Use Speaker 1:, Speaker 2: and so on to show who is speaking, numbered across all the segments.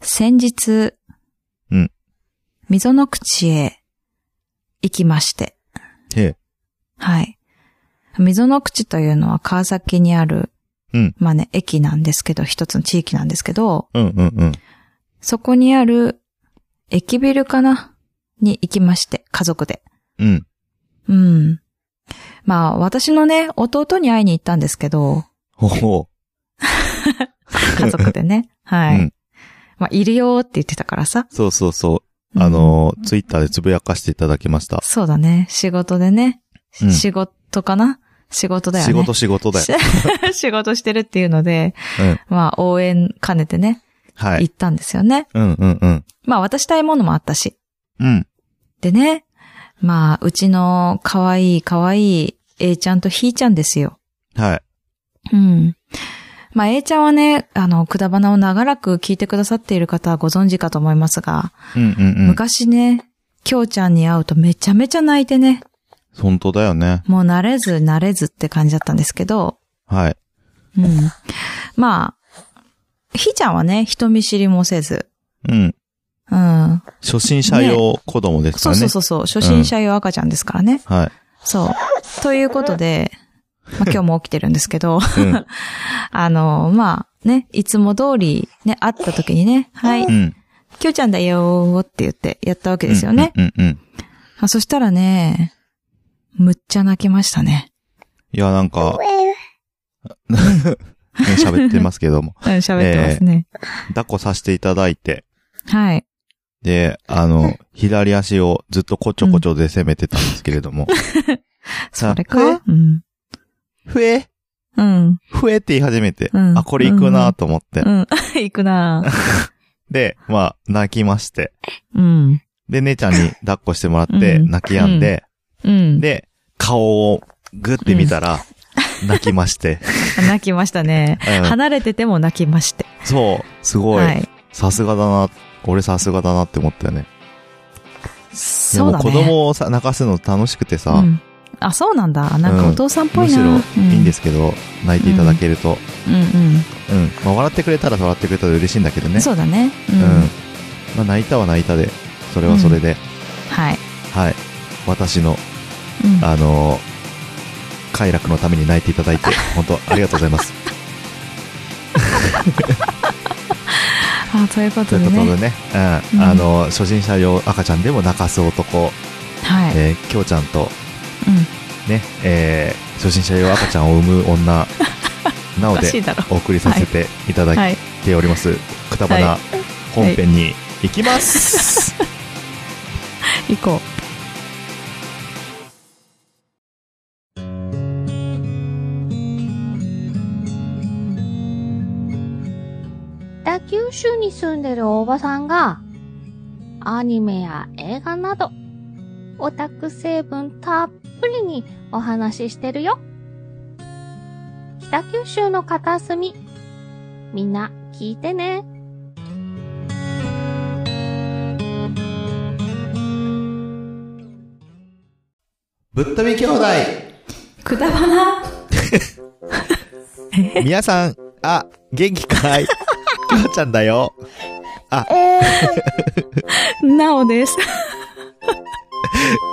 Speaker 1: 先日、
Speaker 2: うん。
Speaker 1: 溝の口へ行きまして、
Speaker 2: へえ。
Speaker 1: はい。溝の口というのは川崎にある、
Speaker 2: うん
Speaker 1: まあね、駅なんですけど、一つの地域なんですけど、
Speaker 2: うんうんうん。
Speaker 1: そこにある駅ビルかなに行きまして、家族で。
Speaker 2: うん。
Speaker 1: うん。まあ、私のね、弟に会いに行ったんですけ ど、
Speaker 2: ほほ
Speaker 1: 家族でね。はい。
Speaker 2: うん
Speaker 1: まあ、いるよーって言ってたからさ。
Speaker 2: う。そうそうそう。
Speaker 1: うん
Speaker 2: あの、ツイッターでつぶやかしていただきました。
Speaker 1: そうだね。仕事でね。し
Speaker 2: うん
Speaker 1: 仕事かな仕事だよね。
Speaker 2: 仕事仕事だよ。
Speaker 1: し 仕事してるっていうので、
Speaker 2: うん。
Speaker 1: まあ、応援兼ねてね、
Speaker 2: はい。
Speaker 1: 行ったんですよね。
Speaker 2: うんうんうん。
Speaker 1: まあ、渡したいものもあったし。
Speaker 2: うん。
Speaker 1: でね、まあ、うちの可愛い可愛い A ちゃんとひーちゃんですよ。
Speaker 2: はい。
Speaker 1: うん。まあ、A ちゃんはね、あの、くだばなを長らく聞いてくださっている方はご存知かと思いますが、
Speaker 2: うんうんうん。
Speaker 1: 昔ね、きょうちゃんに会うとめちゃめちゃ泣いてね、
Speaker 2: 本当だよね。
Speaker 1: もう慣れず慣れずって感じだったんですけど、
Speaker 2: はい。
Speaker 1: うん。まあ、ひーちゃんはね、人見知りもせず、
Speaker 2: うん。
Speaker 1: うん。
Speaker 2: 初心者用子供ですか
Speaker 1: そう
Speaker 2: らね。
Speaker 1: そうそうそう、初心者用赤ちゃんですからね。
Speaker 2: はい。
Speaker 1: そう。ということで、 まあ今日も起きてるんですけど、
Speaker 2: うん。
Speaker 1: あの、まあね、いつも通りね、会った時にね、はい、
Speaker 2: うん。
Speaker 1: きょうちゃんだよーって言ってやったわけですよね。
Speaker 2: うんうんうん。
Speaker 1: あそしたらね、むっちゃ泣きましたね。
Speaker 2: いや、なんか、ね 喋ってますけども。
Speaker 1: うん、喋ってますね。
Speaker 2: 抱っこさせていただいて、
Speaker 1: はい。
Speaker 2: で、あの、左足をずっとこちょこちょで攻めてたんですけ れども。
Speaker 1: それ
Speaker 2: ふえ
Speaker 1: か。うん。
Speaker 2: ふえ
Speaker 1: うん。
Speaker 2: ふえって言い始めて、
Speaker 1: うん
Speaker 2: あ、これ行くなと思って。
Speaker 1: うん。 行くなぁ
Speaker 2: で、まあ、泣きまして。
Speaker 1: うん。
Speaker 2: で、姉ちゃん に抱っこしてもらって、
Speaker 1: うん
Speaker 2: 泣き止んで、
Speaker 1: うん。
Speaker 2: で、顔をグって見たら、 泣きまして。
Speaker 1: 泣きましたね。
Speaker 2: うん
Speaker 1: 離れてても泣きまして。
Speaker 2: そう、すごい。
Speaker 1: はい。
Speaker 2: さすがだな。俺さすがだなって思ったよね。で
Speaker 1: そう
Speaker 2: も
Speaker 1: だね。
Speaker 2: 子供をさ泣かすの楽しくてさ、
Speaker 1: うんあ、そうなんだ。なんかお父さんっぽ
Speaker 2: む
Speaker 1: い
Speaker 2: し
Speaker 1: な。。
Speaker 2: ろいいんですすけど、泣いていただけると。
Speaker 1: うんうん。
Speaker 2: うん。まあ、笑ってくれたら笑ってくれたら嬉しいんだけどね。
Speaker 1: そうだね。う
Speaker 2: うんん。。まあ、泣いたは泣いたで、それはそれで、
Speaker 1: はい。
Speaker 2: はい。私の、
Speaker 1: うん
Speaker 2: あのー快楽のために泣いていた だいて、本当ありがとうございます。
Speaker 1: あ、ということ
Speaker 2: とい
Speaker 1: で
Speaker 2: うことで
Speaker 1: ね。
Speaker 2: ね、う
Speaker 1: うん
Speaker 2: ん。あのー初心者用赤ちゃんでも泣かす男、
Speaker 1: はい。
Speaker 2: えー、きょうちゃんと、
Speaker 1: うん。
Speaker 2: ね、えー、初心者用赤ちゃんを産む 女、な
Speaker 1: お
Speaker 2: お
Speaker 1: かしい
Speaker 2: で、
Speaker 1: だろ。
Speaker 2: お送りさせていただ
Speaker 1: はいい。
Speaker 2: ております、くたばな
Speaker 1: は
Speaker 2: 本編に行きます、
Speaker 1: 行こう。
Speaker 3: 北九州に住んでるおばさんが、アニメや映画など、オタク成分たっぷりにお話ししてるよ。北九州の片隅、みんな聞いてね。
Speaker 2: ぶっ飛び兄弟
Speaker 1: くだばな。
Speaker 2: 皆さん、あ、元 気かいきょうちゃんだよ。
Speaker 1: なおです。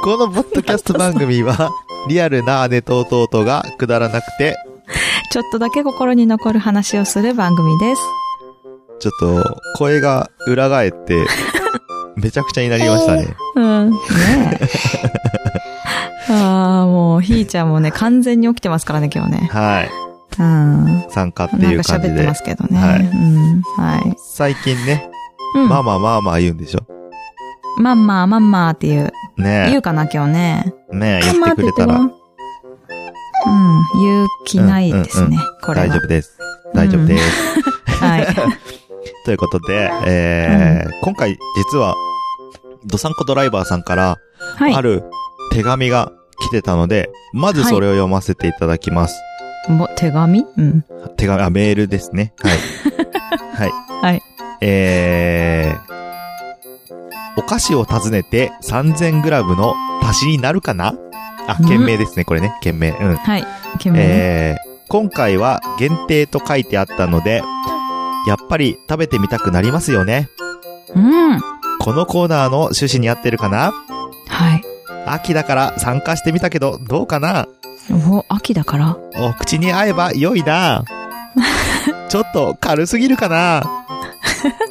Speaker 2: このポッドキャスト番組は、リアルな姉と弟がくだらなくて、
Speaker 1: ちょっとだけ心に残る話をする番組です。
Speaker 2: ちょっと、声が裏 返って、めちゃくちゃになりましたね。
Speaker 1: うん。ねえ。ああ、もう、ひーちゃんもね、完全に起きてますからね、今日ね。
Speaker 2: はい。
Speaker 1: うん。
Speaker 2: 参加って
Speaker 1: ないん
Speaker 2: う
Speaker 1: か
Speaker 2: 感
Speaker 1: 喋
Speaker 2: じ
Speaker 1: って
Speaker 2: で
Speaker 1: ま。すけどね。
Speaker 2: はい
Speaker 1: うん。はい。
Speaker 2: 最近ね、
Speaker 1: うん。
Speaker 2: まあまあまあまあ言うんでしょ。
Speaker 1: まんま、まんまっていう。言
Speaker 2: ね
Speaker 1: うかな、今日ね。
Speaker 2: え、ね
Speaker 1: まん
Speaker 2: え、言っ
Speaker 1: ま
Speaker 2: てくれた
Speaker 1: ごら
Speaker 2: ら
Speaker 1: んうん。言う気ないですね。これは。
Speaker 2: 大丈夫です。大丈夫です。
Speaker 1: はい。
Speaker 2: ということで、えー、今回実は、ドサンコドライバーさんから、
Speaker 1: はい。
Speaker 2: ある手紙が来てたので、まずそれを読ませていただきます。
Speaker 1: も手紙うん。
Speaker 2: 手紙、あ、メールですね。 はい。はい。
Speaker 1: はい。
Speaker 2: えー、お菓子を訪ねて 3000g の足しになるかなあ、
Speaker 1: うん
Speaker 2: 件名ですね、これね。件名。うん。
Speaker 1: はい。決める。
Speaker 2: えー、今回は限定と書いてあったので、やっぱり食べてみたくなりますよね。
Speaker 1: うん。
Speaker 2: このコーナーの趣旨に合ってるかな
Speaker 1: はい。
Speaker 2: 秋だから参加してみたけど、どうかな
Speaker 1: お、秋だから。
Speaker 2: お口に合えば良 いな。ちょっと軽すぎるかな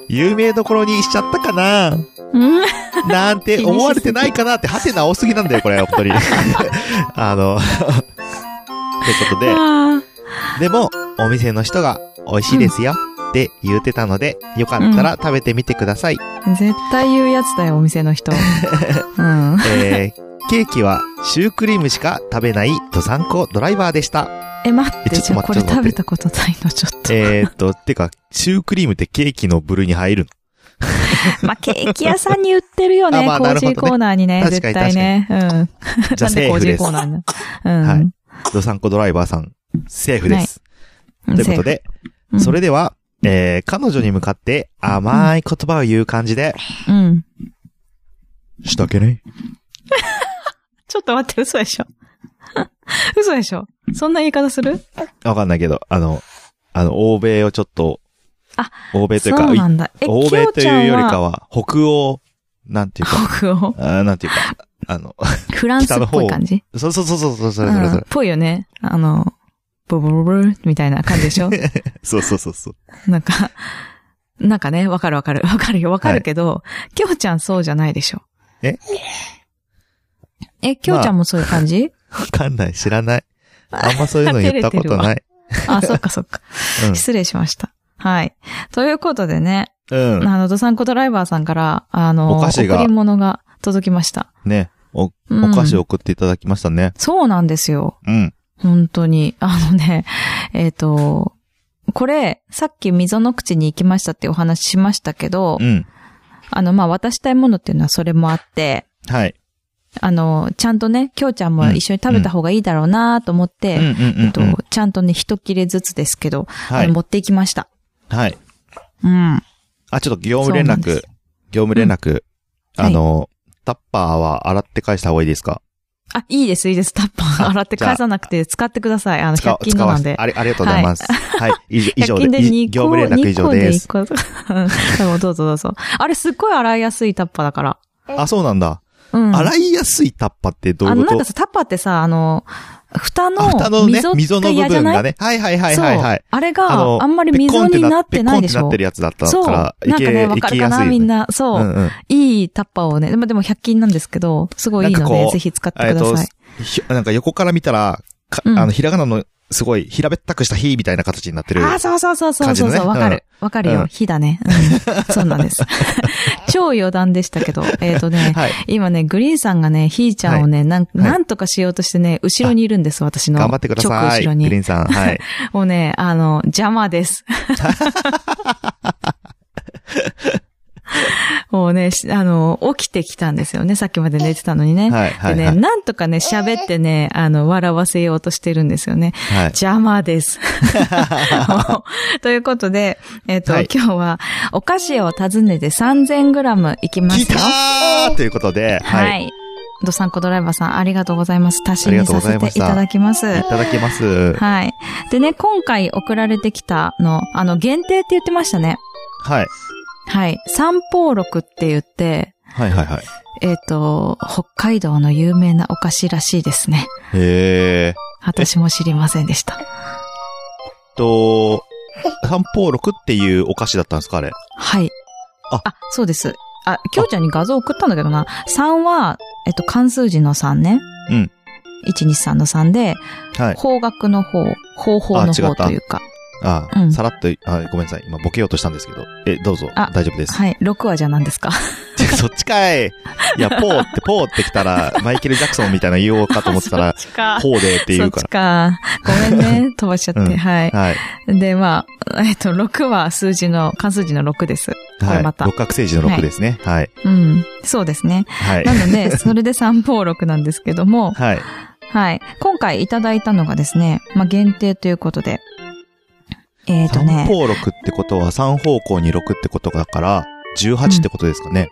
Speaker 2: 有名どころにしちゃったかな
Speaker 1: うん。
Speaker 2: なんて思われてないかなって、ハテナ多すぎなんだよ、これ、 本当に。あの、ということで、
Speaker 1: あ
Speaker 2: でも、お店の人が美味しいですよって言うてたので、よかったら食べてみてください。
Speaker 1: ー 絶対言うやつだよ、お店 の人。うん。
Speaker 2: え ー、ケーキはシュークリームしか食べないドサンコドライバー でした。
Speaker 1: え、待っ
Speaker 2: え
Speaker 1: て、
Speaker 2: ち
Speaker 1: じ
Speaker 2: ょ
Speaker 1: ゃ
Speaker 2: っ
Speaker 1: あこれ
Speaker 2: と待って
Speaker 1: 食べたことないの、ちょっと。
Speaker 2: えーっと、てか、シュークリームってケーキの部類に入る
Speaker 1: まあ、ケーキ屋さんに売ってるよ
Speaker 2: あ
Speaker 1: ね。
Speaker 2: まあ
Speaker 1: コ
Speaker 2: な
Speaker 1: ー
Speaker 2: る
Speaker 1: ジ
Speaker 2: ほどね
Speaker 1: ーコーナーにね、
Speaker 2: 確
Speaker 1: 絶
Speaker 2: かに
Speaker 1: 対ね。うん。
Speaker 2: の。じゃあ
Speaker 1: なんで
Speaker 2: セ
Speaker 1: コ
Speaker 2: ー
Speaker 1: ー
Speaker 2: フ
Speaker 1: ジ
Speaker 2: で
Speaker 1: ー
Speaker 2: す
Speaker 1: コー。ナーなの
Speaker 2: は
Speaker 1: う
Speaker 2: い
Speaker 1: ん。
Speaker 2: ドサンコドライバーさん、セーフです。
Speaker 1: うん
Speaker 2: ということで、
Speaker 1: うん
Speaker 2: それでは、えー、彼女に向かって甘い言葉を言う感じで、
Speaker 1: うん。
Speaker 2: したけね。
Speaker 1: ちょっと待って、嘘でしょ。 嘘でしょ。そんな言い方する
Speaker 2: わかんないけど、あの、あの、欧米をちょっと、
Speaker 1: あ、
Speaker 2: 欧米というか、
Speaker 1: そうなんだ。え、
Speaker 2: 欧米というよりか
Speaker 1: は、
Speaker 2: は、北欧、なんていうか、
Speaker 1: 北欧。
Speaker 2: あーなんていうか、あの、
Speaker 1: フランスっぽい感じ。
Speaker 2: そうそうそうそう、それ
Speaker 1: う
Speaker 2: それ
Speaker 1: ん
Speaker 2: それ。
Speaker 1: ぽいよね。あの、ブブブブみたいな感じでし ょ
Speaker 2: そうそうそうそう。
Speaker 1: なんか、なんかね、わかるわかる。わかるよ、わかるけど、きょうちゃんそうじゃないでしょ。
Speaker 2: え
Speaker 1: え、きょうちゃんもそういう感じ、
Speaker 2: わかんない、知らない。あんまそういうの言ったことない。
Speaker 1: あ、そっかそ っか。失礼しました。はい。ということでね、
Speaker 2: うん。うん。
Speaker 1: あの、ドサンコドライバーさんから、あの、
Speaker 2: お菓子が
Speaker 1: 贈り物が届きました。
Speaker 2: ね。お、お
Speaker 1: うん
Speaker 2: 菓子を送っていただきましたね。
Speaker 1: そうなんですよ。
Speaker 2: うん。
Speaker 1: 本当に。あのね、えっ、と、これ、さっき溝の口に行きましたってお話ししましたけど、
Speaker 2: うん。
Speaker 1: あの、まあ、渡したいものっていうのはそれもあって、
Speaker 2: はい。
Speaker 1: あの、ちゃんとね、きょうちゃんも一緒に食べた方がいいだろうなと思っ
Speaker 2: う
Speaker 1: て、
Speaker 2: んうんうん
Speaker 1: えっと
Speaker 2: うん。
Speaker 1: ちゃんとね、一切れずつですけど、あの
Speaker 2: はい。
Speaker 1: 持っていきました。
Speaker 2: はい。
Speaker 1: うん。
Speaker 2: あ、ちょっと業務連
Speaker 1: そうなんで
Speaker 2: 絡
Speaker 1: す、
Speaker 2: 業務連絡、
Speaker 1: うん
Speaker 2: あの、タッパーは洗って返した方がいいですか
Speaker 1: あ、いいです、いいです。タッパ
Speaker 2: あ
Speaker 1: ー洗って返さなくて使ってください。あの、
Speaker 2: 使わ
Speaker 1: 100均のなんで
Speaker 2: 使わせて。あり、 ありがとうございます。はい。以上以上
Speaker 1: 100
Speaker 2: で
Speaker 1: 均で
Speaker 2: い
Speaker 1: 2
Speaker 2: 業
Speaker 1: 個、
Speaker 2: 務連絡以
Speaker 1: 2
Speaker 2: 上
Speaker 1: 個
Speaker 2: で
Speaker 1: です1。個とか。うん もどうぞどうぞ。あれ、すっごい洗いやすいタッパーだから。
Speaker 2: あ、そうなんだ。
Speaker 1: うん。
Speaker 2: 洗いやすいタッパーってどう
Speaker 1: あ
Speaker 2: い
Speaker 1: の、
Speaker 2: う
Speaker 1: なん
Speaker 2: こ
Speaker 1: か
Speaker 2: と
Speaker 1: さ、タッパーってさ、あの、蓋
Speaker 2: あ蓋の
Speaker 1: の
Speaker 2: ね、
Speaker 1: 溝
Speaker 2: 溝
Speaker 1: が
Speaker 2: の部
Speaker 1: 嫌じゃ
Speaker 2: 分
Speaker 1: ない
Speaker 2: がね。はいはいはいはいはい
Speaker 1: そ。うあれ
Speaker 2: あの
Speaker 1: があんまり溝になってないでし
Speaker 2: ペコ
Speaker 1: ょ
Speaker 2: ンってなって。るやつだった
Speaker 1: そう。
Speaker 2: か
Speaker 1: な
Speaker 2: ら、い
Speaker 1: ん
Speaker 2: け、
Speaker 1: かね、わ
Speaker 2: い
Speaker 1: か
Speaker 2: け
Speaker 1: るか
Speaker 2: やす
Speaker 1: な、
Speaker 2: い。
Speaker 1: みんな。そうう。
Speaker 2: んうん。
Speaker 1: いいタッパーをね。でも、でも100均なんですけど、すごいいい
Speaker 2: なん
Speaker 1: の
Speaker 2: かこ
Speaker 1: で、
Speaker 2: う
Speaker 1: ぜひ使って
Speaker 2: え
Speaker 1: く
Speaker 2: っ
Speaker 1: だ
Speaker 2: と
Speaker 1: さい。、
Speaker 2: ひなんか横から見たら、か
Speaker 1: うん
Speaker 2: あの、ひらがなの、すごい、平べったくしたひみたいな形になってる。
Speaker 1: ああ、そうそうそうそ
Speaker 2: 感
Speaker 1: う
Speaker 2: じ
Speaker 1: そ
Speaker 2: の
Speaker 1: う
Speaker 2: ね
Speaker 1: そう、わかる。わかる
Speaker 2: うん
Speaker 1: よ。火だね。うんそうなん です。超余談でしたけど、えっとね、
Speaker 2: はい。
Speaker 1: 今ね、グリーンさんがね、ひーちゃんをね、なん、なんとかしようとしてね、後ろにいるんです、私の。
Speaker 2: 頑張ってください。
Speaker 1: 直後ろ
Speaker 2: グリー
Speaker 1: に。
Speaker 2: ンさ ん。はい。
Speaker 1: もうね、あの、邪魔 です。もうね、しあの、起きてきたんですよね、さっきまで寝てたのにね。
Speaker 2: はい、はい、
Speaker 1: でね、
Speaker 2: はい。
Speaker 1: なんとかね、喋ってね、あの、笑わせようとしてるんですよね。
Speaker 2: はい。
Speaker 1: 邪魔 です。ということで、えっ、と、
Speaker 2: はい
Speaker 1: 今日は、お菓子を訪ねて 3000g いきま
Speaker 2: 来
Speaker 1: す
Speaker 2: た
Speaker 1: よ。
Speaker 2: ーということで、は。
Speaker 1: はいい。ドサンコドライバーさん、ありがとうございます。足し
Speaker 2: ありが
Speaker 1: に
Speaker 2: とうご
Speaker 1: さ
Speaker 2: ざ
Speaker 1: せ
Speaker 2: いま
Speaker 1: て
Speaker 2: した
Speaker 1: いただきます。
Speaker 2: いただきます。
Speaker 1: はい。でね、今回送られてきたの、あの、限定って言ってましたね。
Speaker 2: はい。
Speaker 1: はい。三宝録って言って、
Speaker 2: はい、はい、はい。
Speaker 1: えっ、と、北海道の有名なお菓子らしいですね。
Speaker 2: えーっ
Speaker 1: 私も知りませんでした。
Speaker 2: と、三宝六っていうお菓子だったんですかあれ。
Speaker 1: はい。
Speaker 2: あ
Speaker 1: そうです。あ、きょうちゃんに画像送ったんだけどな。3は、えっと、漢数字の3ね。
Speaker 2: うん。
Speaker 1: 123の3で、
Speaker 2: はい。
Speaker 1: 方角の方、方法の
Speaker 2: あ違っ
Speaker 1: 方
Speaker 2: た
Speaker 1: というか。
Speaker 2: あ、
Speaker 1: うん
Speaker 2: さらっと、あ、ごめんなさい。今ボケようとしたんですけど。え、どうぞ。
Speaker 1: あ
Speaker 2: 大丈夫です。
Speaker 1: はい。6はじゃあ何ですか
Speaker 2: そっちかい。いや、ポーって、ポーってきたら、マイケル・ジャクソンみたいな言おうかと思って たら、
Speaker 1: そっちか。
Speaker 2: ポーでって言
Speaker 1: そうっ
Speaker 2: か
Speaker 1: ちか。ごめんね。飛ばしちゃって。
Speaker 2: うん
Speaker 1: はい。
Speaker 2: ら。はい。
Speaker 1: で、まあ、えっと、6は数字の、漢数字の6です。こ
Speaker 2: は
Speaker 1: れ
Speaker 2: い。
Speaker 1: また
Speaker 2: 六角星人の6ですね。はい。
Speaker 1: うん。そうですね。
Speaker 2: はい
Speaker 1: な。ので、それで三宝録なんですけども、
Speaker 2: はい。
Speaker 1: はい。今回いただいたのがですね、まあ、限定ということで。えっ、と
Speaker 2: 三
Speaker 1: ね、
Speaker 2: 方六ってことは、三方向に六ってことだから、18ってことですかね。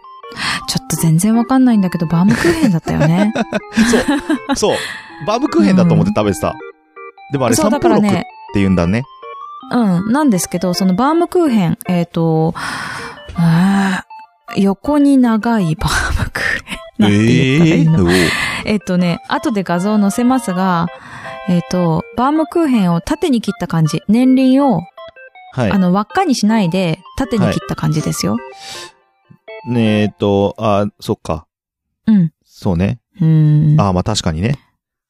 Speaker 1: ちょっと全然わかんないんだけど、バームクーヘンだったよね。
Speaker 2: そう。そう。バームクーヘンだと思って食べてた。で もあれ、
Speaker 1: そう
Speaker 2: 三
Speaker 1: だか
Speaker 2: 方
Speaker 1: ら
Speaker 2: 六って
Speaker 1: ね、
Speaker 2: 言うんだね。
Speaker 1: うん、なんですけど、そのバームクーヘン、えっ、と、あ横に長いバームクーヘン。なんて言ったらいいの
Speaker 2: おー
Speaker 1: えっとね、後で画像を載せますが、えっと、バームクーヘンを縦に切った感じ。年輪を、
Speaker 2: はい
Speaker 1: あ。の、輪っかにしないで、縦に切った感じですよ。
Speaker 2: ねえっと、あ、そっか。
Speaker 1: うん。
Speaker 2: そうね。
Speaker 1: うーん。
Speaker 2: あまあ確かにね。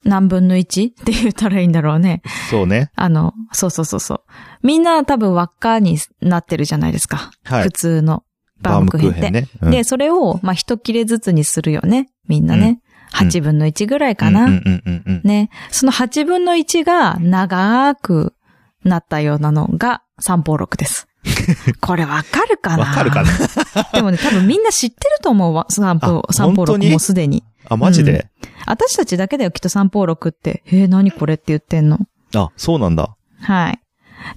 Speaker 1: 何分の 1? って言ったらいいんだろうね。
Speaker 2: そうね。
Speaker 1: あの、そうそうそうそう。みんな多分輪っかになってるじゃないですか。
Speaker 2: は
Speaker 1: 普
Speaker 2: い。
Speaker 1: 通のバームクーヘンって。
Speaker 2: ね。
Speaker 1: で、それを、まあ、一切れずつにするよね。みんなね。
Speaker 2: うん
Speaker 1: 8分の1ぐらい
Speaker 2: うん
Speaker 1: かな。
Speaker 2: うんうんうんうん。
Speaker 1: ね。その8分の1が長くなったようなのが三宝六 です。これわかるかな
Speaker 2: わかるかな
Speaker 1: でもね、多分みんな知ってると思うわ。三宝、
Speaker 2: あ
Speaker 1: 三宝
Speaker 2: 本当
Speaker 1: 六
Speaker 2: に
Speaker 1: もうすでに。
Speaker 2: あ、マジで、
Speaker 1: 私たちだけだよ、きっと三宝六って。えー、何これって言ってんの。
Speaker 2: あ、そうなんだ。
Speaker 1: はい。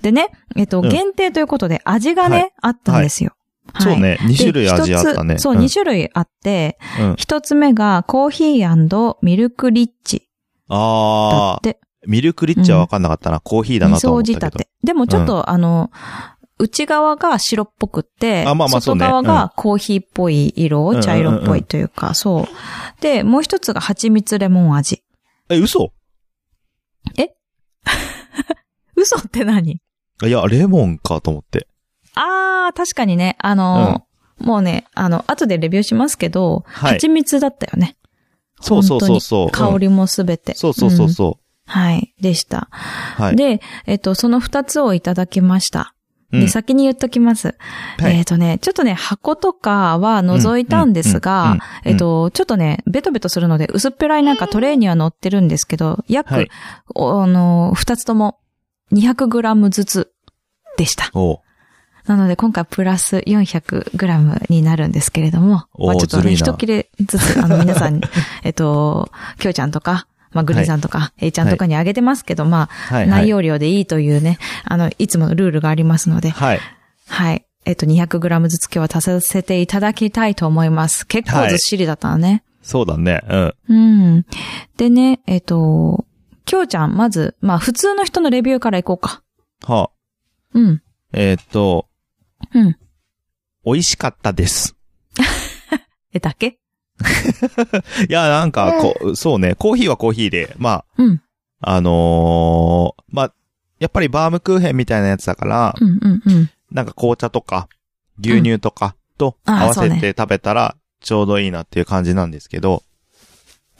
Speaker 1: でね、えっと、
Speaker 2: うん
Speaker 1: 限定ということで味がね、あ
Speaker 2: は
Speaker 1: ったんですよ。はい
Speaker 2: そう。ね。2
Speaker 1: で
Speaker 2: 種類味あったね。
Speaker 1: 一つそう、
Speaker 2: ん
Speaker 1: 2種類あって、
Speaker 2: うん。
Speaker 1: 一つ目がコーヒーミルクリッチだ
Speaker 2: あ
Speaker 1: っ
Speaker 2: ー、
Speaker 1: て。
Speaker 2: ミルクリッチはわかんなかったな。コーヒーだなと思っ
Speaker 1: 味
Speaker 2: た
Speaker 1: 噌仕立
Speaker 2: けど。
Speaker 1: て。でもちょっと、あの、内側が白っぽくって、
Speaker 2: あまあまあそう
Speaker 1: 外
Speaker 2: ね
Speaker 1: 側がコーヒーっぽい色、
Speaker 2: うん
Speaker 1: 茶色っぽいというか、そう。で、もう一つが蜂蜜レモン味。
Speaker 2: え、嘘
Speaker 1: 嘘って何
Speaker 2: いや、レモンかと思って。
Speaker 1: あー、確かにね、あの、もうね、あの、後でレビューしますけど、
Speaker 2: はい
Speaker 1: 蜂蜜だったよね。
Speaker 2: そうそうそうそう。
Speaker 1: 香
Speaker 2: り、
Speaker 1: りもすべて、
Speaker 2: そうそうそう
Speaker 1: うん
Speaker 2: そ
Speaker 1: はい。でした。
Speaker 2: う。はい。
Speaker 1: で、えっと、その二つをいただきました。
Speaker 2: うん
Speaker 1: で、先に言っときます。
Speaker 2: はい
Speaker 1: えっ、とね、ちょっとね、箱とかは覗いたんです
Speaker 2: うんうん
Speaker 1: が、
Speaker 2: うん
Speaker 1: えっと、ちょっとね、ベトベトするので、薄っぺらいなんかトレーには乗ってるんですけど、約、
Speaker 2: はい
Speaker 1: おあの、二つとも 200g ずつでした。
Speaker 2: おう
Speaker 1: なので、今回プラス 400g になるんですけれども、
Speaker 2: おー
Speaker 1: まあちょっとね、
Speaker 2: ずるいな
Speaker 1: 一切れずつ、あの、皆 さんに、えっと、きょうちゃんとか、まあ、グリーンさんとか、えいちゃんとかにあげてますけど、まあ、
Speaker 2: はい。
Speaker 1: 内容量でいいというね、あの、いつものルールがありますので、
Speaker 2: はい。
Speaker 1: はい。えっと、200g ずつ今日は足させていただきたいと思います。結構ずっしりだったのね。
Speaker 2: そうだね。うん。
Speaker 1: うん。でね、えっと、きょうちゃん、まず、まあ、普通の人のレビューからいこうか。
Speaker 2: はあ、
Speaker 1: うん。
Speaker 2: えーっと、
Speaker 1: うん。
Speaker 2: 美味しかったです。
Speaker 1: え、だけ
Speaker 2: いや、なんか、こう、そうね。コーヒーはコーヒーで、まあ、
Speaker 1: うん。
Speaker 2: あのー、まあ、やっぱりバームクーヘンみたいなやつだから、
Speaker 1: うん、うん、うん。
Speaker 2: なんか紅茶とか、牛乳とかと
Speaker 1: うんあー
Speaker 2: 合わせ
Speaker 1: そう
Speaker 2: て
Speaker 1: ね
Speaker 2: 食べたらちょうどいいなっていう感じなんですけど、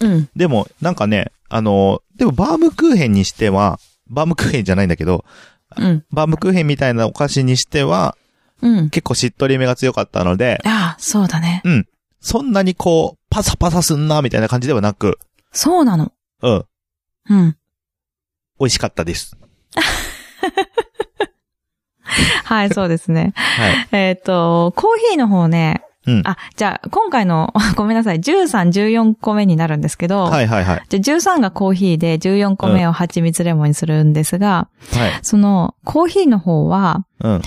Speaker 1: うん。
Speaker 2: でもなんかね、あのー、でもバームクーヘンにしては、バームクーヘンじゃないんだけど、
Speaker 1: うん。
Speaker 2: バームクーヘンみたいなお菓子にしては、
Speaker 1: うん。
Speaker 2: 結構しっとりめが強かったので、
Speaker 1: ああ、そうだね。
Speaker 2: そんなにこう、パサパサすんな、みたいな感じではなく、
Speaker 1: そうなの。
Speaker 2: うん、
Speaker 1: うん。
Speaker 2: 美味しかったです。
Speaker 1: はい、そうですね。
Speaker 2: はい。
Speaker 1: えっと、コーヒーの方ね、
Speaker 2: うん。
Speaker 1: あ、じゃあ、今回の、 ごめんなさい、13、14個目になるんですけど、
Speaker 2: はいはいはい。
Speaker 1: じゃあ13がコーヒーで14個目を蜂蜜レモンにするんですが、
Speaker 2: はい。
Speaker 1: そのコーヒーの方は、
Speaker 2: うん。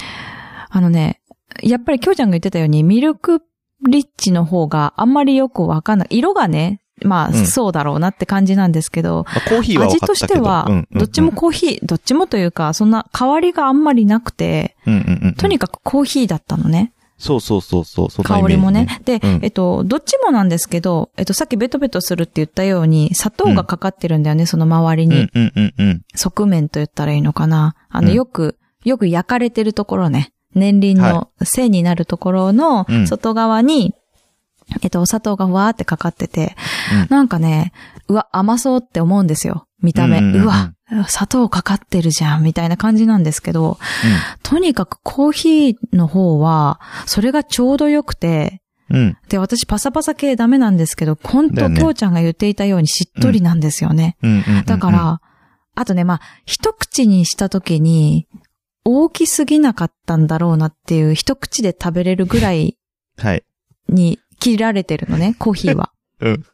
Speaker 1: あのね、やっぱりきょうちゃんが言ってたようにミルクリッチの方があんまりよくわかんない。色がね、まあ、
Speaker 2: うん
Speaker 1: そうだろうなって感じなんですけど、
Speaker 2: まあコーヒーは分
Speaker 1: 味
Speaker 2: かったけど
Speaker 1: としては
Speaker 2: うんうんう、ん
Speaker 1: どっちもコーヒー、どっちもというか、そんな変わりがあんまりなくて、
Speaker 2: うんうんうんうん。
Speaker 1: とにかくコーヒーだったのね。
Speaker 2: そうそうそうそう、そんな
Speaker 1: 香
Speaker 2: イメージ
Speaker 1: りもね。。で、
Speaker 2: うん
Speaker 1: えっと、どっちもなんですけど、えっと、さっきベトベトするって言ったように、砂糖がかかってるんだよね、その周り
Speaker 2: う
Speaker 1: に。
Speaker 2: んうんうんうん。
Speaker 1: 側面と言ったらいいのかな。あの、
Speaker 2: うん
Speaker 1: よく、よく焼かれてるところね。年輪の線になるところの
Speaker 2: うん
Speaker 1: 外側に、えっと、お砂糖がわーってかかってて、
Speaker 2: うん
Speaker 1: なんかね、うわ、甘そうって思うんですよ。見た目。
Speaker 2: う
Speaker 1: うん
Speaker 2: うんうんうん
Speaker 1: わ、砂糖かかってるじゃん、みたいな感じなんですけど、とにかくコーヒーの方は、それがちょうど良くて、
Speaker 2: うん。うん。
Speaker 1: で、私パサパサ系ダメなんですけど、本
Speaker 2: だよ
Speaker 1: 当、
Speaker 2: ね
Speaker 1: きょうちゃんが言っていたようにしっとりなんですよね。
Speaker 2: うんうんうんうん。
Speaker 1: だから、、あとね、まあ、一口にした時に、大きすぎなかったんだろうなっていう、一口で食べれるぐらい
Speaker 2: はい。
Speaker 1: に切られてるの ね、コーヒーは。
Speaker 2: うん。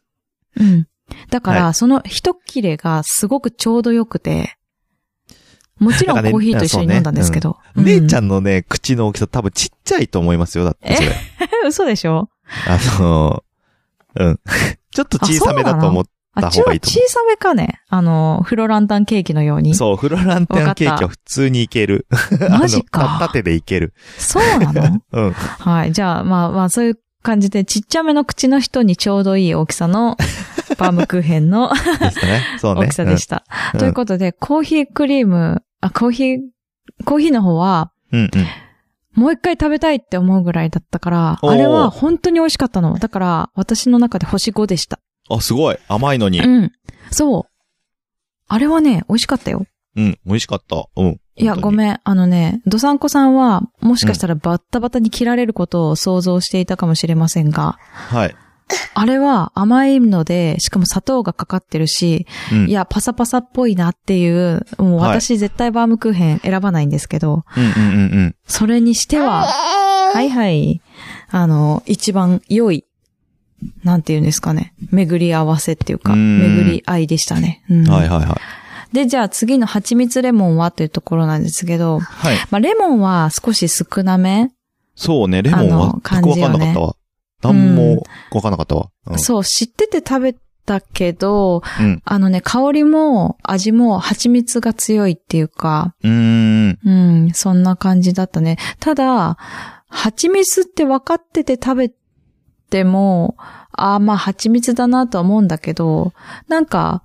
Speaker 1: うん。だから、
Speaker 2: は
Speaker 1: その一切れがすごくちょうどよくて、もちろん
Speaker 2: なんかね
Speaker 1: コーヒーと一緒に飲んだんですけど。
Speaker 2: 姉ちゃ
Speaker 1: ん。
Speaker 2: んのね、口の大きさ多分ちっちゃいと思いますよ、だってそれ。
Speaker 1: 嘘でしょ
Speaker 2: あのー、うん。 ちょっと小さめだと思っ
Speaker 1: あ、
Speaker 2: た
Speaker 1: ち
Speaker 2: 方
Speaker 1: ょ
Speaker 2: がいいと思
Speaker 1: 小さめかね。あの、フロランタンケーキのよう
Speaker 2: う。
Speaker 1: に。
Speaker 2: そう、フロランテンケーキは普通にいける。
Speaker 1: マジか
Speaker 2: あのた縦でいける。
Speaker 1: そうなの
Speaker 2: うん。
Speaker 1: はい。じゃあ、まあまあ、そういう感じで、ちっちゃめの口の人にちょうどいい大きさ のバームクーヘンの
Speaker 2: ですね。そうね。
Speaker 1: 大きさでした。
Speaker 2: うん
Speaker 1: ということで、コーヒークリーム、あ、コーヒー、コーヒーの方は、
Speaker 2: うんうん。
Speaker 1: もう一回食べたいって思うぐらいだったから、
Speaker 2: おー
Speaker 1: あれは本当に美味しかったの。だから、私の中で星5でした。
Speaker 2: あ、すごい。甘いのに
Speaker 1: う。ん。そう。あれはね、美味しかったよ。
Speaker 2: うん。美味しかった。うん。
Speaker 1: いや、ご
Speaker 2: ん。
Speaker 1: めん。あのね、ドサンコさんは、もしかしたらバッタバタに切られることを想像していたかもしれませんが、
Speaker 2: はい。
Speaker 1: あれは甘いので、しかも砂糖がかかってるし、
Speaker 2: うん。
Speaker 1: いや、パサパサっぽいなっていう、もう私絶対バームクーヘン選ばないんですけど、
Speaker 2: うんうんうんうん。
Speaker 1: それにしては、はいはい。あの、一番良い、なんて言うんですかね。巡り合わせっていうか、
Speaker 2: うん
Speaker 1: 巡り合いでしたね。うん
Speaker 2: はいはいはい。
Speaker 1: で、じゃあ次の蜂蜜レモンはというところなんですけど、
Speaker 2: はい。
Speaker 1: まあ、レモンは少し少なめ。
Speaker 2: そうね、レモン
Speaker 1: あ
Speaker 2: は
Speaker 1: の
Speaker 2: 全くわかんなかったわ。なん
Speaker 1: う
Speaker 2: もわかんなかったわ。うん
Speaker 1: そう、知ってて食べたけど、
Speaker 2: うん
Speaker 1: あのね、香りも味も蜂蜜が強いっていうか、
Speaker 2: うーん。
Speaker 1: うん、そんな感じだったね。ただ、蜂蜜って分かってて食べても、ああ、まあ蜂蜜だなとは思うんだけど、なんか、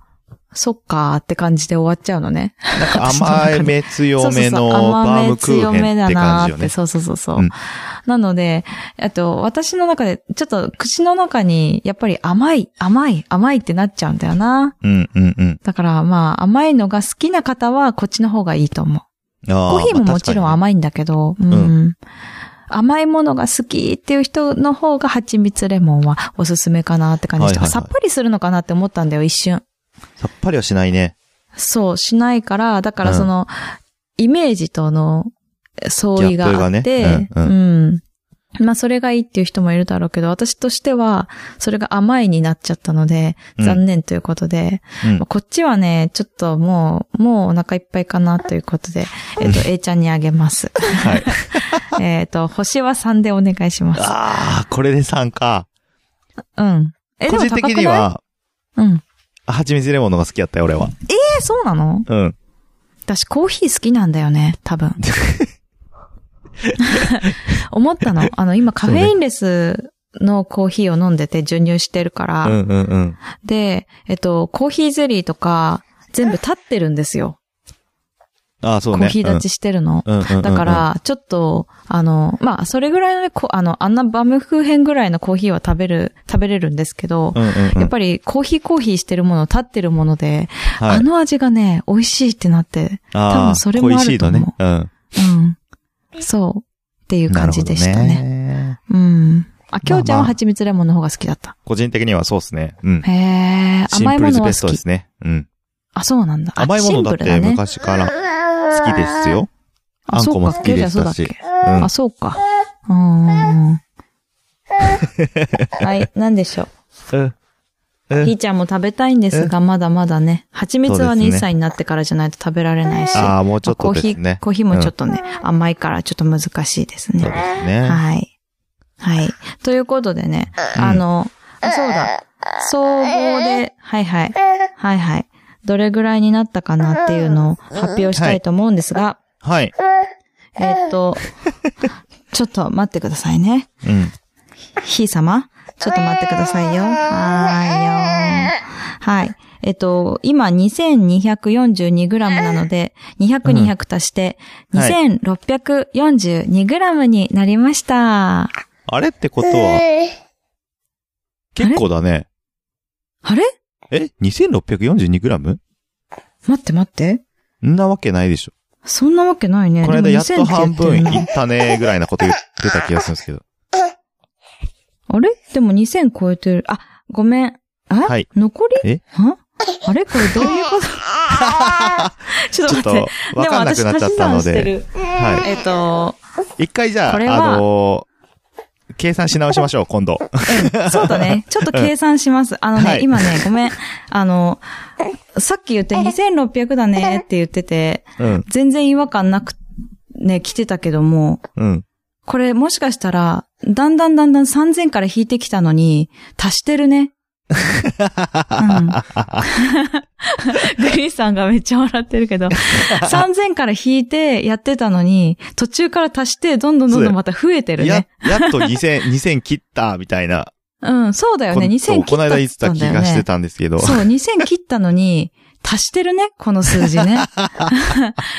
Speaker 1: そっかーって感じで終わ っちゃうのね。
Speaker 2: なんか甘め強め
Speaker 1: そう
Speaker 2: の
Speaker 1: そうそう
Speaker 2: バームクー
Speaker 1: 甘め強め
Speaker 2: ヘンっ
Speaker 1: だ
Speaker 2: て感
Speaker 1: な
Speaker 2: じ
Speaker 1: ー
Speaker 2: よ
Speaker 1: って
Speaker 2: ね。
Speaker 1: そうそうそうそう、
Speaker 2: うん
Speaker 1: なので、あと、私の中で、ちょっと口の中に、やっぱり甘い、甘い、甘いってなっちゃうんだよな。
Speaker 2: うんうんうん。
Speaker 1: だから、まあ、甘いのが好きな方は、こっちの方がいいと思う。
Speaker 2: コ
Speaker 1: コーヒーももちろん甘いんだけど、うん
Speaker 2: う
Speaker 1: 甘いものが好きっていう人の方が蜂蜜レモンはおすすめかなって感じでした、
Speaker 2: はいはいはい
Speaker 1: さっぱりするのかなって思ったんだよ、一瞬。
Speaker 2: さっぱりはしないね。
Speaker 1: そう、しないから、だか
Speaker 2: う
Speaker 1: ら
Speaker 2: ん
Speaker 1: その、イメージとの相違があって、
Speaker 2: ギャップ
Speaker 1: う
Speaker 2: がねう
Speaker 1: んまあそれがいいっていう人もいるだろうけど、私としては、それが甘いになっちゃったので、
Speaker 2: うん
Speaker 1: 残念ということで、
Speaker 2: うん
Speaker 1: まあこっちはね、ちょっともう、もうお腹いっぱいかなということで、えっ、と、A ちゃんにあげます。
Speaker 2: はい。
Speaker 1: えっと、星は3でお願いします。
Speaker 2: ああ、これで3か。
Speaker 1: うん。え、
Speaker 2: 個
Speaker 1: でも
Speaker 2: 人
Speaker 1: 高く
Speaker 2: 的
Speaker 1: ない
Speaker 2: には、
Speaker 1: うん。
Speaker 2: 蜂蜜レモンの方が好きやったよ、俺は。
Speaker 1: え、そうなの
Speaker 2: うん。
Speaker 1: 私コーヒー好きなんだよね、多 分。思ったの。あの、今カフェインレスのコーヒーを飲んでて授乳してるか
Speaker 2: う
Speaker 1: ら、
Speaker 2: んうんうん。
Speaker 1: で、えっと、コーヒーゼリーとか全部立ってるんですよ。
Speaker 2: ああ、そう
Speaker 1: コ
Speaker 2: ね。
Speaker 1: ーヒー立ちしてるの。
Speaker 2: うん。うんうんうんうん
Speaker 1: だか、ら、ちょっと、あの、まあ、それぐらいのね、こあの、あんなバムクーヘンぐらいのコーヒーは食べる、食べれるんですけど、
Speaker 2: うんうんうん、
Speaker 1: やっぱりコーヒーコーヒーしてるもの、立ってるもので、
Speaker 2: はい
Speaker 1: あの味がね、美味しいってなって、
Speaker 2: あー
Speaker 1: 多分それもあると思う
Speaker 2: 恋しいのね。。
Speaker 1: うん。そう。っていううん感じでした
Speaker 2: なるほ
Speaker 1: ね
Speaker 2: ど。ね。
Speaker 1: うん。あ、きょうちゃん
Speaker 2: まあまあ
Speaker 1: は蜂蜜レモンの方が好きだった。
Speaker 2: 個人的にはそうですね。うん。
Speaker 1: へえ、
Speaker 2: シン
Speaker 1: 甘い
Speaker 2: プ
Speaker 1: もの
Speaker 2: ルズ
Speaker 1: は
Speaker 2: ベスト
Speaker 1: 好
Speaker 2: で
Speaker 1: き。
Speaker 2: すね。うん。
Speaker 1: あ、そうなんだ。あ
Speaker 2: 甘いものだ
Speaker 1: シ
Speaker 2: っ
Speaker 1: ンプルだ
Speaker 2: て
Speaker 1: ね、
Speaker 2: 昔から好きですよ。
Speaker 1: あ
Speaker 2: あんこも
Speaker 1: そうか
Speaker 2: 好きでした
Speaker 1: きょう
Speaker 2: し
Speaker 1: ち。ゃん
Speaker 2: うん
Speaker 1: はそうだっけあ、そうか。うー ん。はい、なんでしょ
Speaker 2: うん。
Speaker 1: う。
Speaker 2: う
Speaker 1: ひ
Speaker 2: ん
Speaker 1: ーちゃんも食べたいんですが、まだまだね。蜂蜜は
Speaker 2: そう
Speaker 1: ね、
Speaker 2: で
Speaker 1: 1
Speaker 2: すね
Speaker 1: 歳になってからじゃないと食べられないし。
Speaker 2: ああ、もうちょっとです
Speaker 1: まあ
Speaker 2: ね。
Speaker 1: コーヒー、コーヒーもちょっとね、甘いからちょっと難しいです
Speaker 2: そう
Speaker 1: ね。
Speaker 2: ですね。
Speaker 1: はい。はい。ということでね、
Speaker 2: うん
Speaker 1: あの、あそうだ、総合で、はいはい、はいはい、どれぐらいになったかなっていうのを発表したいと思うんですが、
Speaker 2: はい。
Speaker 1: えーっと、ちょっと待ってくださいね。
Speaker 2: うん。
Speaker 1: ひー様、ちょっと待ってくださいよ。はーいよーはい。えっと、今 2242g なので、200、
Speaker 2: うん
Speaker 1: 200足して、
Speaker 2: は
Speaker 1: 2642g になりました。
Speaker 2: あれってことは、結構だね。
Speaker 1: あれ
Speaker 2: え ?2642g?
Speaker 1: 待って待って。
Speaker 2: んなわけないでしょ。
Speaker 1: そんなわけないね。
Speaker 2: この間
Speaker 1: でも
Speaker 2: やっと半
Speaker 1: 2000
Speaker 2: 分
Speaker 1: って言
Speaker 2: い
Speaker 1: ってるの
Speaker 2: ったね、ぐらいなこと言ってた気がするんで すけど。
Speaker 1: あれでも2000超えてる。あ、ごめん。あ、
Speaker 2: はい
Speaker 1: 残り
Speaker 2: え
Speaker 1: はあれこれどういうことちょっ と
Speaker 2: ちょ
Speaker 1: 待
Speaker 2: っと
Speaker 1: って。、
Speaker 2: わかんなくなっちゃった
Speaker 1: でも私足
Speaker 2: の
Speaker 1: し算して
Speaker 2: で。
Speaker 1: る。
Speaker 2: は
Speaker 1: えっと、
Speaker 2: い。一回じゃあ、
Speaker 1: これは
Speaker 2: あのー、計算し直しましょう、今度。
Speaker 1: そうだ ね。ちょっと計算します。あのね、
Speaker 2: はい
Speaker 1: 今ね、 ごめん。あの、さっき言って2600だねって言ってて、
Speaker 2: うん、
Speaker 1: 全然違和感なくね、来てたけども、
Speaker 2: うん。
Speaker 1: これもしかしたら、だんだんだんだん3000から引いてきたのに、足してるね。うん、 グリーンさんがめっちゃ笑ってる けど、3000から引いてやってたのに、途中から足して、どんどんどんどんまた増えてる
Speaker 2: や
Speaker 1: ね。、
Speaker 2: やっと2000、2000切った、みたいな。
Speaker 1: うん、そうだよね。
Speaker 2: こん
Speaker 1: 2000切
Speaker 2: こ
Speaker 1: っ
Speaker 2: の
Speaker 1: た
Speaker 2: 間言ってた
Speaker 1: ん
Speaker 2: 気
Speaker 1: だよね
Speaker 2: がしてたんですけど。
Speaker 1: そう、2000切ったのに、足してるね、この数字 ね。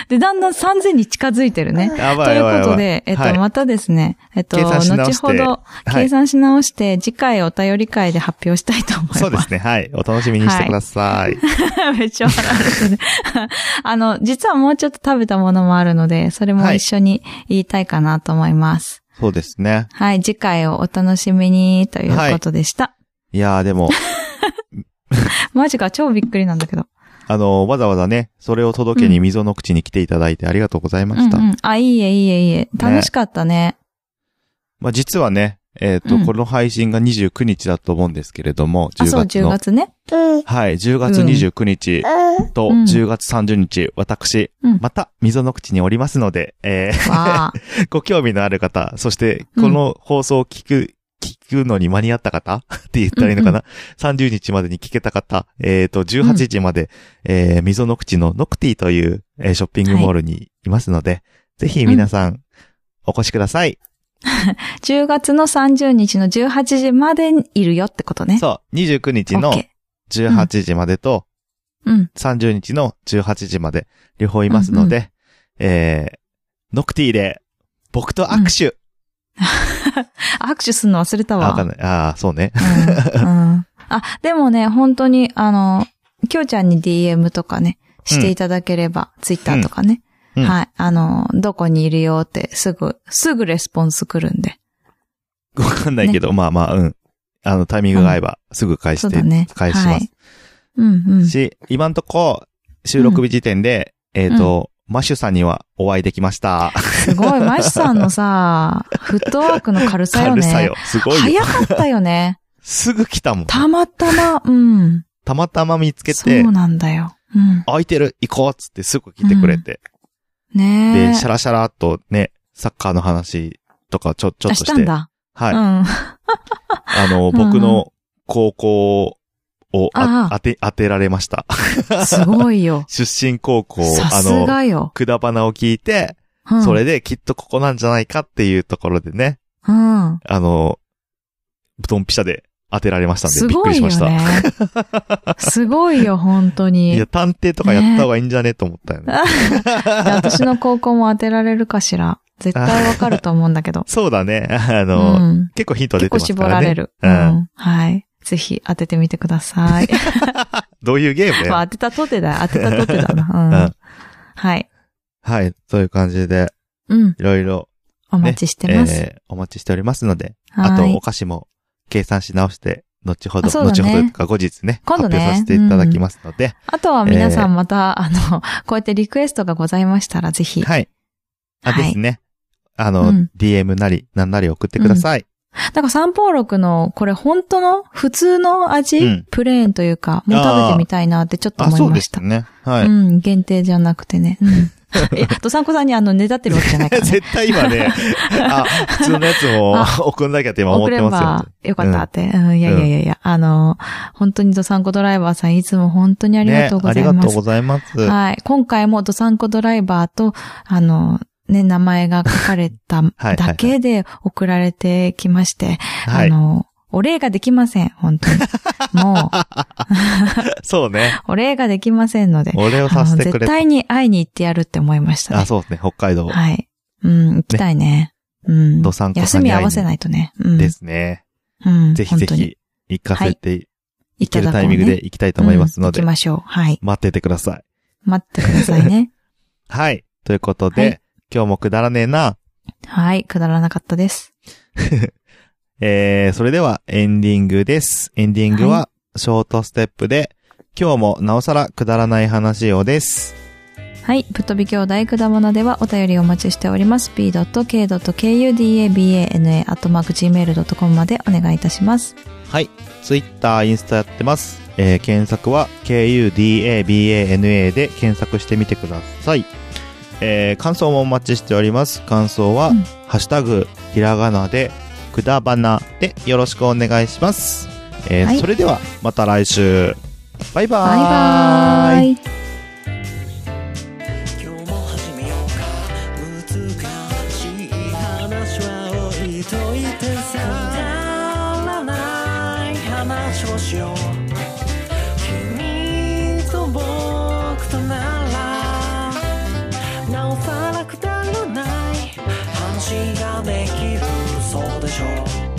Speaker 1: で、だんだん3000に近づいてるね。
Speaker 2: や
Speaker 1: と
Speaker 2: ばい
Speaker 1: い
Speaker 2: やばいやばい。
Speaker 1: うことで、えっと、
Speaker 2: はい
Speaker 1: またですね、えっと、
Speaker 2: 計算し直
Speaker 1: 後
Speaker 2: して
Speaker 1: ほど
Speaker 2: はい
Speaker 1: 計算し直して、次回お便り会で発表したいと思います。
Speaker 2: そうですね。はい。お楽しみにしてください。
Speaker 1: めっちゃ笑われてる。 あの、実はもうちょっと食べたものもあるので、それも一緒に言いたいかなと思います。
Speaker 2: そうですね。
Speaker 1: はい、次回をお楽しみにということでした。
Speaker 2: いやーでも、
Speaker 1: マジか、超びっくりなんだけど。
Speaker 2: あの、わざわざね、それを届けに溝の口に来ていただいてありがとうございま
Speaker 1: うんう
Speaker 2: した。
Speaker 1: ん。あ、いいえ、いいえ、いいえ。楽しかったね。
Speaker 2: まあ、実はね、えっ、と、
Speaker 1: うん
Speaker 2: この配信が29日だと思うんですけれども、
Speaker 1: あ、そう、
Speaker 2: 10月
Speaker 1: 10
Speaker 2: の。
Speaker 1: 月 ね。
Speaker 3: うん、
Speaker 2: はい、10月29日と
Speaker 1: うん
Speaker 2: 10月30日、私、
Speaker 1: うん
Speaker 2: また溝の口におりますので、えー
Speaker 1: わあ。
Speaker 2: ご興味のある方、そして、この放送を聞く、聞くのに間に合った方 って言ったらいいのかな、?30 日までに聞けた方、えっ、と、18時まで、えー、溝の口のノクティという、えーショッピングモールにいますので、ぜひ皆さん、お越しください。
Speaker 1: 10月の30日の18時までいるよってことね。
Speaker 2: そう、29日
Speaker 1: オ
Speaker 2: の
Speaker 1: ッケ
Speaker 2: 18時までと、
Speaker 1: ーうん。
Speaker 2: 30日の18時まで、両方いますので、えー、ノクティで、僕と握手。
Speaker 1: 握手するの忘れた
Speaker 2: あ、わ
Speaker 1: わ。
Speaker 2: かんない。ああ、そうね。
Speaker 1: うんうんあ、でもね、本当に、あの、きょうちゃんに DM とかね、していただければ、ツイッターとかね、
Speaker 2: うん
Speaker 1: はい。あの、どこにいるよって、すぐ、すぐレスポンス来るんで。
Speaker 2: わかんないけど、まあまあ、うん。あの、タイミングが合えば、すぐ返し
Speaker 1: そう
Speaker 2: て、
Speaker 1: だね。
Speaker 2: 返しま
Speaker 1: は
Speaker 2: す
Speaker 1: い。。うんうん。
Speaker 2: し、今んとこ、収録日時点で、えっ、と、マッシュさんにはお会いできました。
Speaker 1: すごい、マシさんのさ、フットワークの軽さよ
Speaker 2: 軽
Speaker 1: ね。
Speaker 2: さよ。すごいよ。
Speaker 1: 早かったよね。
Speaker 2: すぐ来たもん。
Speaker 1: たまたま、うん。
Speaker 2: たまたま見つけ
Speaker 1: そ
Speaker 2: て
Speaker 1: う、なんだよ。うん。
Speaker 2: 空いてる、行こうっつってすぐ来てくれて。
Speaker 1: ねえ。
Speaker 2: で、シャラシャラっとね、サッカーの話とかちょ、ちょっ
Speaker 1: あ
Speaker 2: と
Speaker 1: し
Speaker 2: したて。
Speaker 1: んだ。
Speaker 2: はい。
Speaker 1: うん。
Speaker 2: あの、
Speaker 1: うんうん
Speaker 2: 僕の高校を
Speaker 1: あ
Speaker 2: あ
Speaker 1: あ
Speaker 2: 当て、当てられました。。
Speaker 1: すごいよ
Speaker 2: 出身高校、
Speaker 1: さ
Speaker 2: あ
Speaker 1: す
Speaker 2: の、
Speaker 1: がよ。
Speaker 2: くだばなを聞いて、
Speaker 1: うん
Speaker 2: それできっとここなんじゃないかっていうところでね、
Speaker 1: うん。
Speaker 2: あの、ドンピシャで当てられましたん
Speaker 1: す
Speaker 2: でびっく
Speaker 1: ご
Speaker 2: り
Speaker 1: い
Speaker 2: し
Speaker 1: よ
Speaker 2: ました。
Speaker 1: ね。 すごいよ、本当
Speaker 2: いや、
Speaker 1: に。
Speaker 2: 探偵とかやった方がいいんじゃねと思ったよね。。
Speaker 1: で私の高校も当てられるかしら。絶対わかると思うんだけど
Speaker 2: そうだね。 あ
Speaker 1: う
Speaker 2: の、
Speaker 1: ん。
Speaker 2: 結構ヒント出
Speaker 1: 結
Speaker 2: てま
Speaker 1: 構絞
Speaker 2: すから
Speaker 1: ら
Speaker 2: ね。
Speaker 1: れる。
Speaker 2: う
Speaker 1: うんん。はい。ぜひ当ててみてくだ さい。
Speaker 2: どういうゲームだ
Speaker 1: ま
Speaker 2: よ。
Speaker 1: あ当てたとてだ。当てたとてだ
Speaker 2: う
Speaker 1: な。うんん。はい。
Speaker 2: はい。という感じで、
Speaker 1: うん。
Speaker 2: いろいろ、
Speaker 1: お待ちして
Speaker 2: え
Speaker 1: ます。
Speaker 2: ー、お待ちしておりますので、あ
Speaker 1: は
Speaker 2: と、お
Speaker 1: い。
Speaker 2: 菓子も計算し直して、後ほど、
Speaker 1: あそうだね
Speaker 2: 後ほどというか後日ね、
Speaker 1: 今度ね
Speaker 2: 発表させていただきますので、
Speaker 1: あとは皆さんまた、あの、 こうやってリクエストがございましたら、ぜひ。
Speaker 2: はい。あ、
Speaker 1: はい
Speaker 2: ですね。あの、
Speaker 1: うん
Speaker 2: DM なり、なんなり送ってください。
Speaker 1: なんか三宝六の、これ本当の普通の味、
Speaker 2: うん
Speaker 1: プレーンというか、もう食べてみたいなってちょっと
Speaker 2: あ、
Speaker 1: 思
Speaker 2: そ
Speaker 1: いうま
Speaker 2: で
Speaker 1: し
Speaker 2: す
Speaker 1: た。
Speaker 2: ね。はい。
Speaker 1: うん、限定じゃなくてね。うん。いや、ドサンコさんにあの、ねだってるわけじゃないから、ね。
Speaker 2: 絶対 今ね、あ、普通のやつも送んなきゃって今思っ
Speaker 1: 遅
Speaker 2: て
Speaker 1: れ
Speaker 2: ま
Speaker 1: ば
Speaker 2: す
Speaker 1: よかったって。うん、いやいやいやいや、あの、本当にドサンコドライバーさん、いつも本当にあ
Speaker 2: よ。
Speaker 1: りがとうござい
Speaker 2: ねあり
Speaker 1: ま
Speaker 2: がとう
Speaker 1: す。
Speaker 2: ございます。
Speaker 1: はい。今回もドサンコドライバーと、あの、ね、名前が書かれた
Speaker 2: はい
Speaker 1: だけで送られてきまして、
Speaker 2: は
Speaker 1: あ
Speaker 2: い。
Speaker 1: の、お礼ができません、本 当に。もう、
Speaker 2: そうね。
Speaker 1: お礼ができませんので、
Speaker 2: お礼を
Speaker 1: あ
Speaker 2: さ
Speaker 1: の
Speaker 2: せてく
Speaker 1: 絶
Speaker 2: れと
Speaker 1: 対に会いに行ってやるって思いました
Speaker 2: あ、
Speaker 1: ね。
Speaker 2: そうですね。北海道
Speaker 1: はい。うん、行きたいね。うん。
Speaker 2: どさんこさ
Speaker 1: 休
Speaker 2: んに会いに
Speaker 1: み合わせないとね。うん。
Speaker 2: ですね。
Speaker 1: うん。
Speaker 2: ぜひぜ
Speaker 1: 本当に
Speaker 2: ひ、行かせて
Speaker 1: い
Speaker 2: い
Speaker 1: た
Speaker 2: ける
Speaker 1: だこう
Speaker 2: タ
Speaker 1: ね、
Speaker 2: イミングで行きたいと思いますので
Speaker 1: うん行き、ましょう。はい。
Speaker 2: 待っててください。
Speaker 1: 待ってくださいね。
Speaker 2: はい。ということで、
Speaker 1: はい
Speaker 2: 今日もくだらねえな。
Speaker 1: はい。くだらなかったです。
Speaker 2: えー、それではエンディングです。エンディングはショートステップで、今日もなおさらくだらない話をです。
Speaker 1: はい。ぶっ飛び兄弟くだもなではお便りお待ちしております。p.k.kudabana.gmail.com までお願いいたします。
Speaker 2: はい。ツイッター、インスタやってます。えー、検索は KUDABANA で検索してみてください。えー、感想もお待ちしております。感想は、
Speaker 1: うん
Speaker 2: ハッシュタグ、ひらがなで、くだばなでよろしくお願いします。えー
Speaker 1: はい
Speaker 2: それではまた来週バイバ
Speaker 1: バイバーイ。
Speaker 4: 今日も始めようか難しい話は置いといてさくだらない話をしよう君と僕とならなおさらくだらない話ができるそうでしょう